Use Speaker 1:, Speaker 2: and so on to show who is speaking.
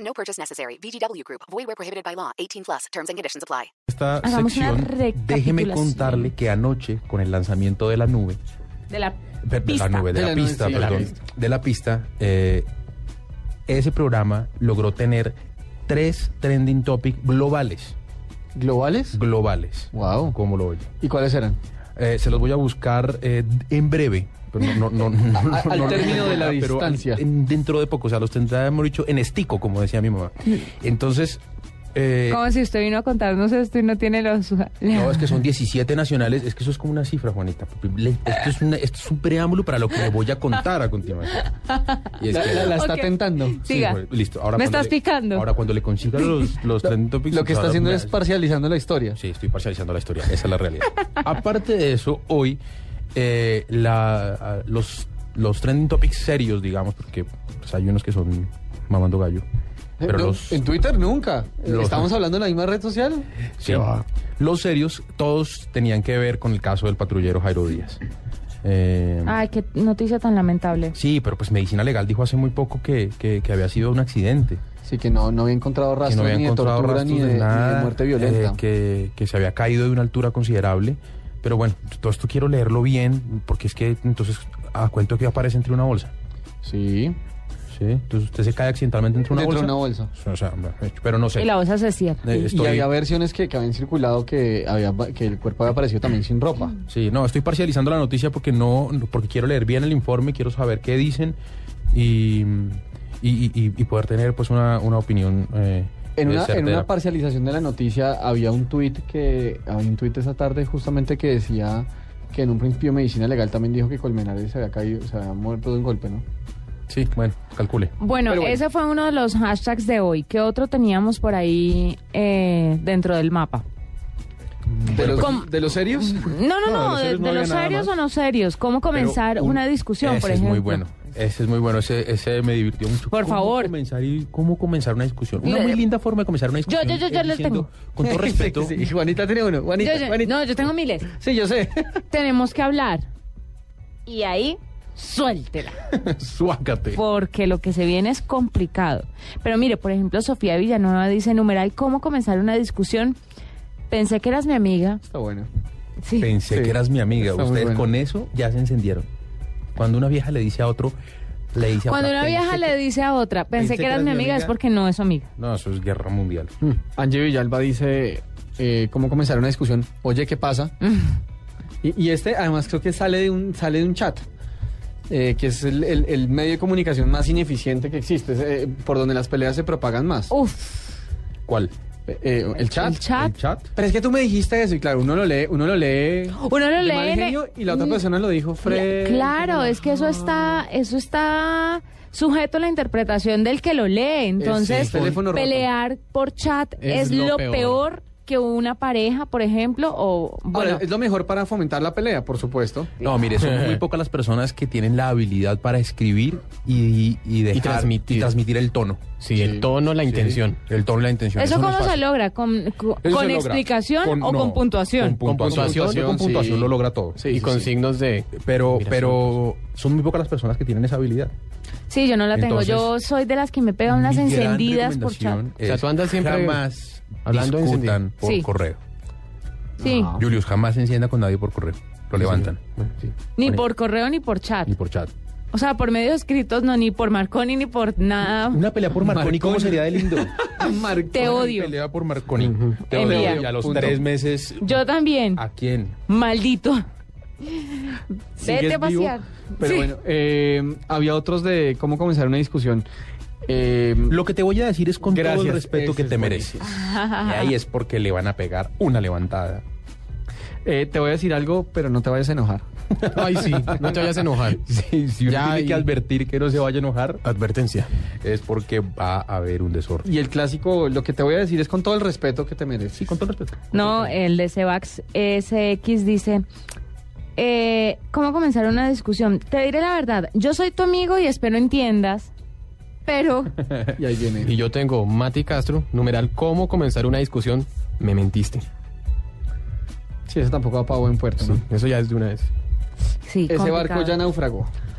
Speaker 1: No purchase necessary. VGW Group. Void where prohibited by law. 18 plus. Terms and conditions apply.
Speaker 2: esta
Speaker 3: Hagamos una
Speaker 2: sección, déjeme
Speaker 3: recapitulación.
Speaker 2: contarle que anoche, con el lanzamiento de la nube,
Speaker 3: De la
Speaker 2: de, de
Speaker 3: pista.
Speaker 2: la nube, de,
Speaker 4: De
Speaker 2: la,
Speaker 4: la nube,
Speaker 2: pista,
Speaker 4: sí, de la
Speaker 2: perdón, de la pista, eh, ese programa logró tener tres trending topic globales,
Speaker 4: ¿Globales?
Speaker 2: globales,
Speaker 4: Wow.
Speaker 2: como lo oye.
Speaker 4: ¿Y cuáles eran?
Speaker 2: Eh, se los voy a buscar eh, en breve. Pero no, no, no, no, no,
Speaker 4: al
Speaker 2: no,
Speaker 4: término de la
Speaker 2: pero al-
Speaker 4: distancia.
Speaker 2: en- dentro de poco, o sea, los tendremos dicho en estico, como decía mi mamá.
Speaker 3: Mm.
Speaker 2: Entonces, eh,
Speaker 3: Como si usted vino a contarnos esto y no tiene los...
Speaker 2: No, es que son 17 nacionales. Es que eso es como una cifra, Juanita. Le- Esto es, una- esto es un preámbulo para lo que le voy a contar a continuación. Y es
Speaker 4: La,
Speaker 2: que-
Speaker 4: la- la está
Speaker 3: Ok.
Speaker 4: tentando.
Speaker 2: Sí,
Speaker 3: Siga.
Speaker 2: Juan- listo. Ahora
Speaker 3: Me
Speaker 2: cuando
Speaker 3: estás
Speaker 2: le-
Speaker 3: picando.
Speaker 2: Ahora, cuando le consiga los, los trending topics,
Speaker 4: Lo que está
Speaker 2: ahora
Speaker 4: haciendo
Speaker 2: me-
Speaker 4: es parcializando la historia. Eh,
Speaker 2: Sí, estoy parcializando la historia. Esa es la realidad. Aparte de eso, hoy eh, la- ah, los, los trending topics serios, digamos, porque pues, hay unos que son mamando gallo. Pero
Speaker 4: Eh, No,
Speaker 2: los,
Speaker 4: En Twitter nunca. Eh,
Speaker 2: los-
Speaker 4: ¿Estamos hablando en la misma red social?
Speaker 2: Sí. Los serios, todos tenían que ver con el caso del patrullero Jairo Díaz. Eh,
Speaker 3: Ay, qué noticia tan lamentable.
Speaker 2: sí, pero pues Medicina Legal dijo hace muy poco que, que- que había sido un accidente.
Speaker 4: Sí, que no, no había encontrado
Speaker 2: que
Speaker 4: rastros
Speaker 2: no había
Speaker 4: ni de
Speaker 2: encontrado
Speaker 4: tortura
Speaker 2: rastros
Speaker 4: ni, de, ni de
Speaker 2: nada,
Speaker 4: muerte violenta.
Speaker 2: eh, que, que se había caído de una altura considerable. Pero bueno, todo esto quiero leerlo bien, porque es que entonces a cuento que aparece entre una bolsa.
Speaker 4: Sí.
Speaker 2: Sí, entonces usted se cae accidentalmente entre una
Speaker 4: Dentro de
Speaker 2: bolsa.
Speaker 4: una bolsa.
Speaker 2: O sea, pero no sé.
Speaker 3: Y la bolsa se cierra.
Speaker 2: Eh,
Speaker 4: Y-
Speaker 2: estoy-
Speaker 4: Y había versiones que, que habían circulado que, había, que el cuerpo había aparecido también sin ropa.
Speaker 2: Sí, no, estoy parcializando la noticia porque no, porque quiero leer bien el informe, quiero saber qué dicen y, y- y- y poder tener pues una, una opinión. eh,
Speaker 4: En
Speaker 2: eh,
Speaker 4: una, en
Speaker 2: certera.
Speaker 4: una parcialización de la noticia había un tuit que había un tuit esa tarde justamente que decía que en un principio medicina legal también dijo que Colmenares se había caído, se había muerto de un golpe, ¿no?
Speaker 2: Sí, bueno, calcule.
Speaker 3: Bueno,
Speaker 4: Pero bueno.
Speaker 3: ese fue uno de los hashtags de hoy. ¿Qué otro teníamos por ahí eh, dentro del mapa?
Speaker 4: ¿De los,
Speaker 3: ¿Cómo?
Speaker 4: de los serios?
Speaker 3: No, no, no,
Speaker 2: No, de
Speaker 3: de,
Speaker 2: los serios no
Speaker 3: de
Speaker 2: había
Speaker 3: los
Speaker 2: nada
Speaker 3: serios
Speaker 2: más.
Speaker 3: o no serios. ¿Cómo comenzar
Speaker 2: Pero un-
Speaker 3: una discusión,
Speaker 2: ese
Speaker 3: por ejemplo?
Speaker 2: es muy bueno. Ese es muy bueno, ese, ese me divirtió mucho.
Speaker 3: Por
Speaker 2: ¿Cómo
Speaker 3: favor.
Speaker 2: Comenzar y, ¿Cómo comenzar una discusión? Una
Speaker 3: Le-
Speaker 2: muy linda forma de comenzar una discusión.
Speaker 3: yo- yo- yo
Speaker 2: es
Speaker 3: les
Speaker 2: diciendo,
Speaker 3: tengo.
Speaker 2: Con todo respeto.
Speaker 4: Sí, sí, Juanita tiene uno. Juanita,
Speaker 3: Yo- yo-
Speaker 4: Juanita.
Speaker 3: no, yo tengo miles.
Speaker 4: Sí, yo sé.
Speaker 3: Tenemos que hablar. Y ahí, suéltela.
Speaker 2: Suácate.
Speaker 3: porque lo que se viene es complicado. Pero mire, por ejemplo, Sofía Villanueva dice, numeral, ¿cómo comenzar una discusión? Pensé que eras mi amiga.
Speaker 4: Está bueno.
Speaker 3: Sí.
Speaker 2: Pensé
Speaker 4: Sí,
Speaker 2: que eras mi amiga.
Speaker 4: está muy
Speaker 2: Ustedes
Speaker 4: bueno.
Speaker 2: con eso ya se encendieron. Cuando una vieja le dice a otro, le dice a
Speaker 3: Cuando
Speaker 2: otra,
Speaker 3: una vieja
Speaker 2: "Pensé
Speaker 3: le
Speaker 2: que-".
Speaker 3: dice a otra, pensé que eras mi amiga, es porque no es su amiga.
Speaker 2: No, eso es guerra mundial.
Speaker 4: Mm. Angie Villalba dice eh, cómo comenzar una discusión. Oye, ¿qué pasa? Y, y este, además, creo que sale de un, sale de un chat. eh, que es el, el- el medio de comunicación más ineficiente que existe, es, eh, por donde las peleas se propagan más.
Speaker 3: Uf,
Speaker 2: ¿Cuál?
Speaker 4: Eh, eh, el chat.
Speaker 3: Uh. el chat.
Speaker 2: ¿El chat?
Speaker 4: Pero es que tú me dijiste eso, y claro, uno lo lee, uno lo lee.
Speaker 3: Uno lo
Speaker 4: de
Speaker 3: lee
Speaker 4: mal
Speaker 3: en-
Speaker 4: genio, y la otra
Speaker 3: Mm.
Speaker 4: persona lo dijo Fred.
Speaker 3: Claro, es que eso está, eso está sujeto a la interpretación del que lo lee. Entonces,
Speaker 4: sí, teléfono roto.
Speaker 3: pelear por chat es,
Speaker 4: Es
Speaker 3: lo,
Speaker 4: lo
Speaker 3: peor.
Speaker 4: peor.
Speaker 3: que una pareja, por ejemplo, o
Speaker 4: Ahora,
Speaker 3: bueno,
Speaker 4: es lo mejor para fomentar la pelea, por supuesto.
Speaker 2: No, mire, son muy pocas las personas que tienen la habilidad para escribir y, y dejar-
Speaker 5: transmitir.
Speaker 2: y transmitir el tono.
Speaker 5: Sí,
Speaker 4: Sí.
Speaker 5: el tono, la
Speaker 2: Sí.
Speaker 5: intención.
Speaker 2: El tono y la intención.
Speaker 3: ¿Eso
Speaker 2: no
Speaker 3: cómo
Speaker 2: es
Speaker 3: se
Speaker 2: fácil.
Speaker 3: logra? ¿Con, con,
Speaker 2: Eso
Speaker 3: con
Speaker 2: se logra.
Speaker 3: explicación
Speaker 2: Con-
Speaker 3: o
Speaker 2: no,
Speaker 3: con puntuación?
Speaker 2: Con puntuación,
Speaker 4: puntuación,
Speaker 2: con puntuación
Speaker 4: sí.
Speaker 2: lo logra todo.
Speaker 4: Sí,
Speaker 5: y
Speaker 4: sí,
Speaker 5: con
Speaker 4: sí.
Speaker 5: signos de...
Speaker 2: Pero,
Speaker 5: Mira,
Speaker 2: pero son muy pocas las personas que tienen esa habilidad.
Speaker 3: Sí, yo no la tengo.
Speaker 2: Entonces,
Speaker 3: yo soy de las que me pegan unas
Speaker 2: Mi gran
Speaker 3: encendidas por chat.
Speaker 2: recomendación
Speaker 5: O sea,
Speaker 2: es
Speaker 5: tú andas siempre
Speaker 2: jamás
Speaker 5: hablando de
Speaker 2: discutan
Speaker 5: encendido.
Speaker 2: por
Speaker 3: Sí.
Speaker 2: correo.
Speaker 3: Sí,
Speaker 4: Ah.
Speaker 2: Julius, jamás se encienda con nadie por correo. Lo levantan.
Speaker 5: Bueno, sí.
Speaker 3: ni
Speaker 2: Bueno,
Speaker 3: por correo ni por chat.
Speaker 2: Ni por chat.
Speaker 3: O sea, por medios escritos, no, ni por Marconi ni por nada.
Speaker 2: Una pelea por Marconi,
Speaker 4: Marconi.
Speaker 2: ¿cómo sería de lindo?
Speaker 4: Marconi.
Speaker 3: Te odio.
Speaker 2: pelea por Marconi. Te
Speaker 3: Envía.
Speaker 2: odio. Y a los
Speaker 4: Punto.
Speaker 2: tres meses,
Speaker 3: Yo también.
Speaker 4: Ah.
Speaker 2: ¿a quién?
Speaker 3: Maldito. Vete
Speaker 4: Sigues
Speaker 3: a
Speaker 4: vivo.
Speaker 3: pasear.
Speaker 4: Pero
Speaker 3: Sí.
Speaker 4: bueno, eh, había otros de cómo comenzar una discusión. Eh,
Speaker 2: Lo que te voy a decir es con todo el
Speaker 4: Gracias,
Speaker 2: respeto
Speaker 4: ese
Speaker 2: que
Speaker 4: es
Speaker 2: te mereces.
Speaker 4: buenísimo.
Speaker 2: Y ahí es porque le van a pegar una levantada.
Speaker 4: eh, te voy a decir algo, pero no te vayas a enojar.
Speaker 5: Ay, sí, no te vayas a enojar.
Speaker 2: Sí, si uno
Speaker 5: Ya,
Speaker 2: tiene
Speaker 5: y-
Speaker 2: que advertir que no se vaya a enojar,
Speaker 5: Advertencia.
Speaker 2: es porque va a haber un desorden.
Speaker 4: Y el clásico, lo que te voy a decir es con todo el respeto que te mereces.
Speaker 2: Sí, con todo respeto.
Speaker 3: No, el de Sebax SX dice, eh, ¿cómo comenzar una discusión? Te diré la verdad, yo soy tu amigo y espero entiendas, pero
Speaker 4: Y ahí viene.
Speaker 5: Y yo tengo Mati Castro, numeral, ¿cómo comenzar una discusión? Me mentiste.
Speaker 4: Sí, eso tampoco va para buen puerto, ¿no?
Speaker 5: Eso ya es de una vez.
Speaker 3: sí,
Speaker 4: Ese barco
Speaker 3: complicado.
Speaker 4: ya naufragó.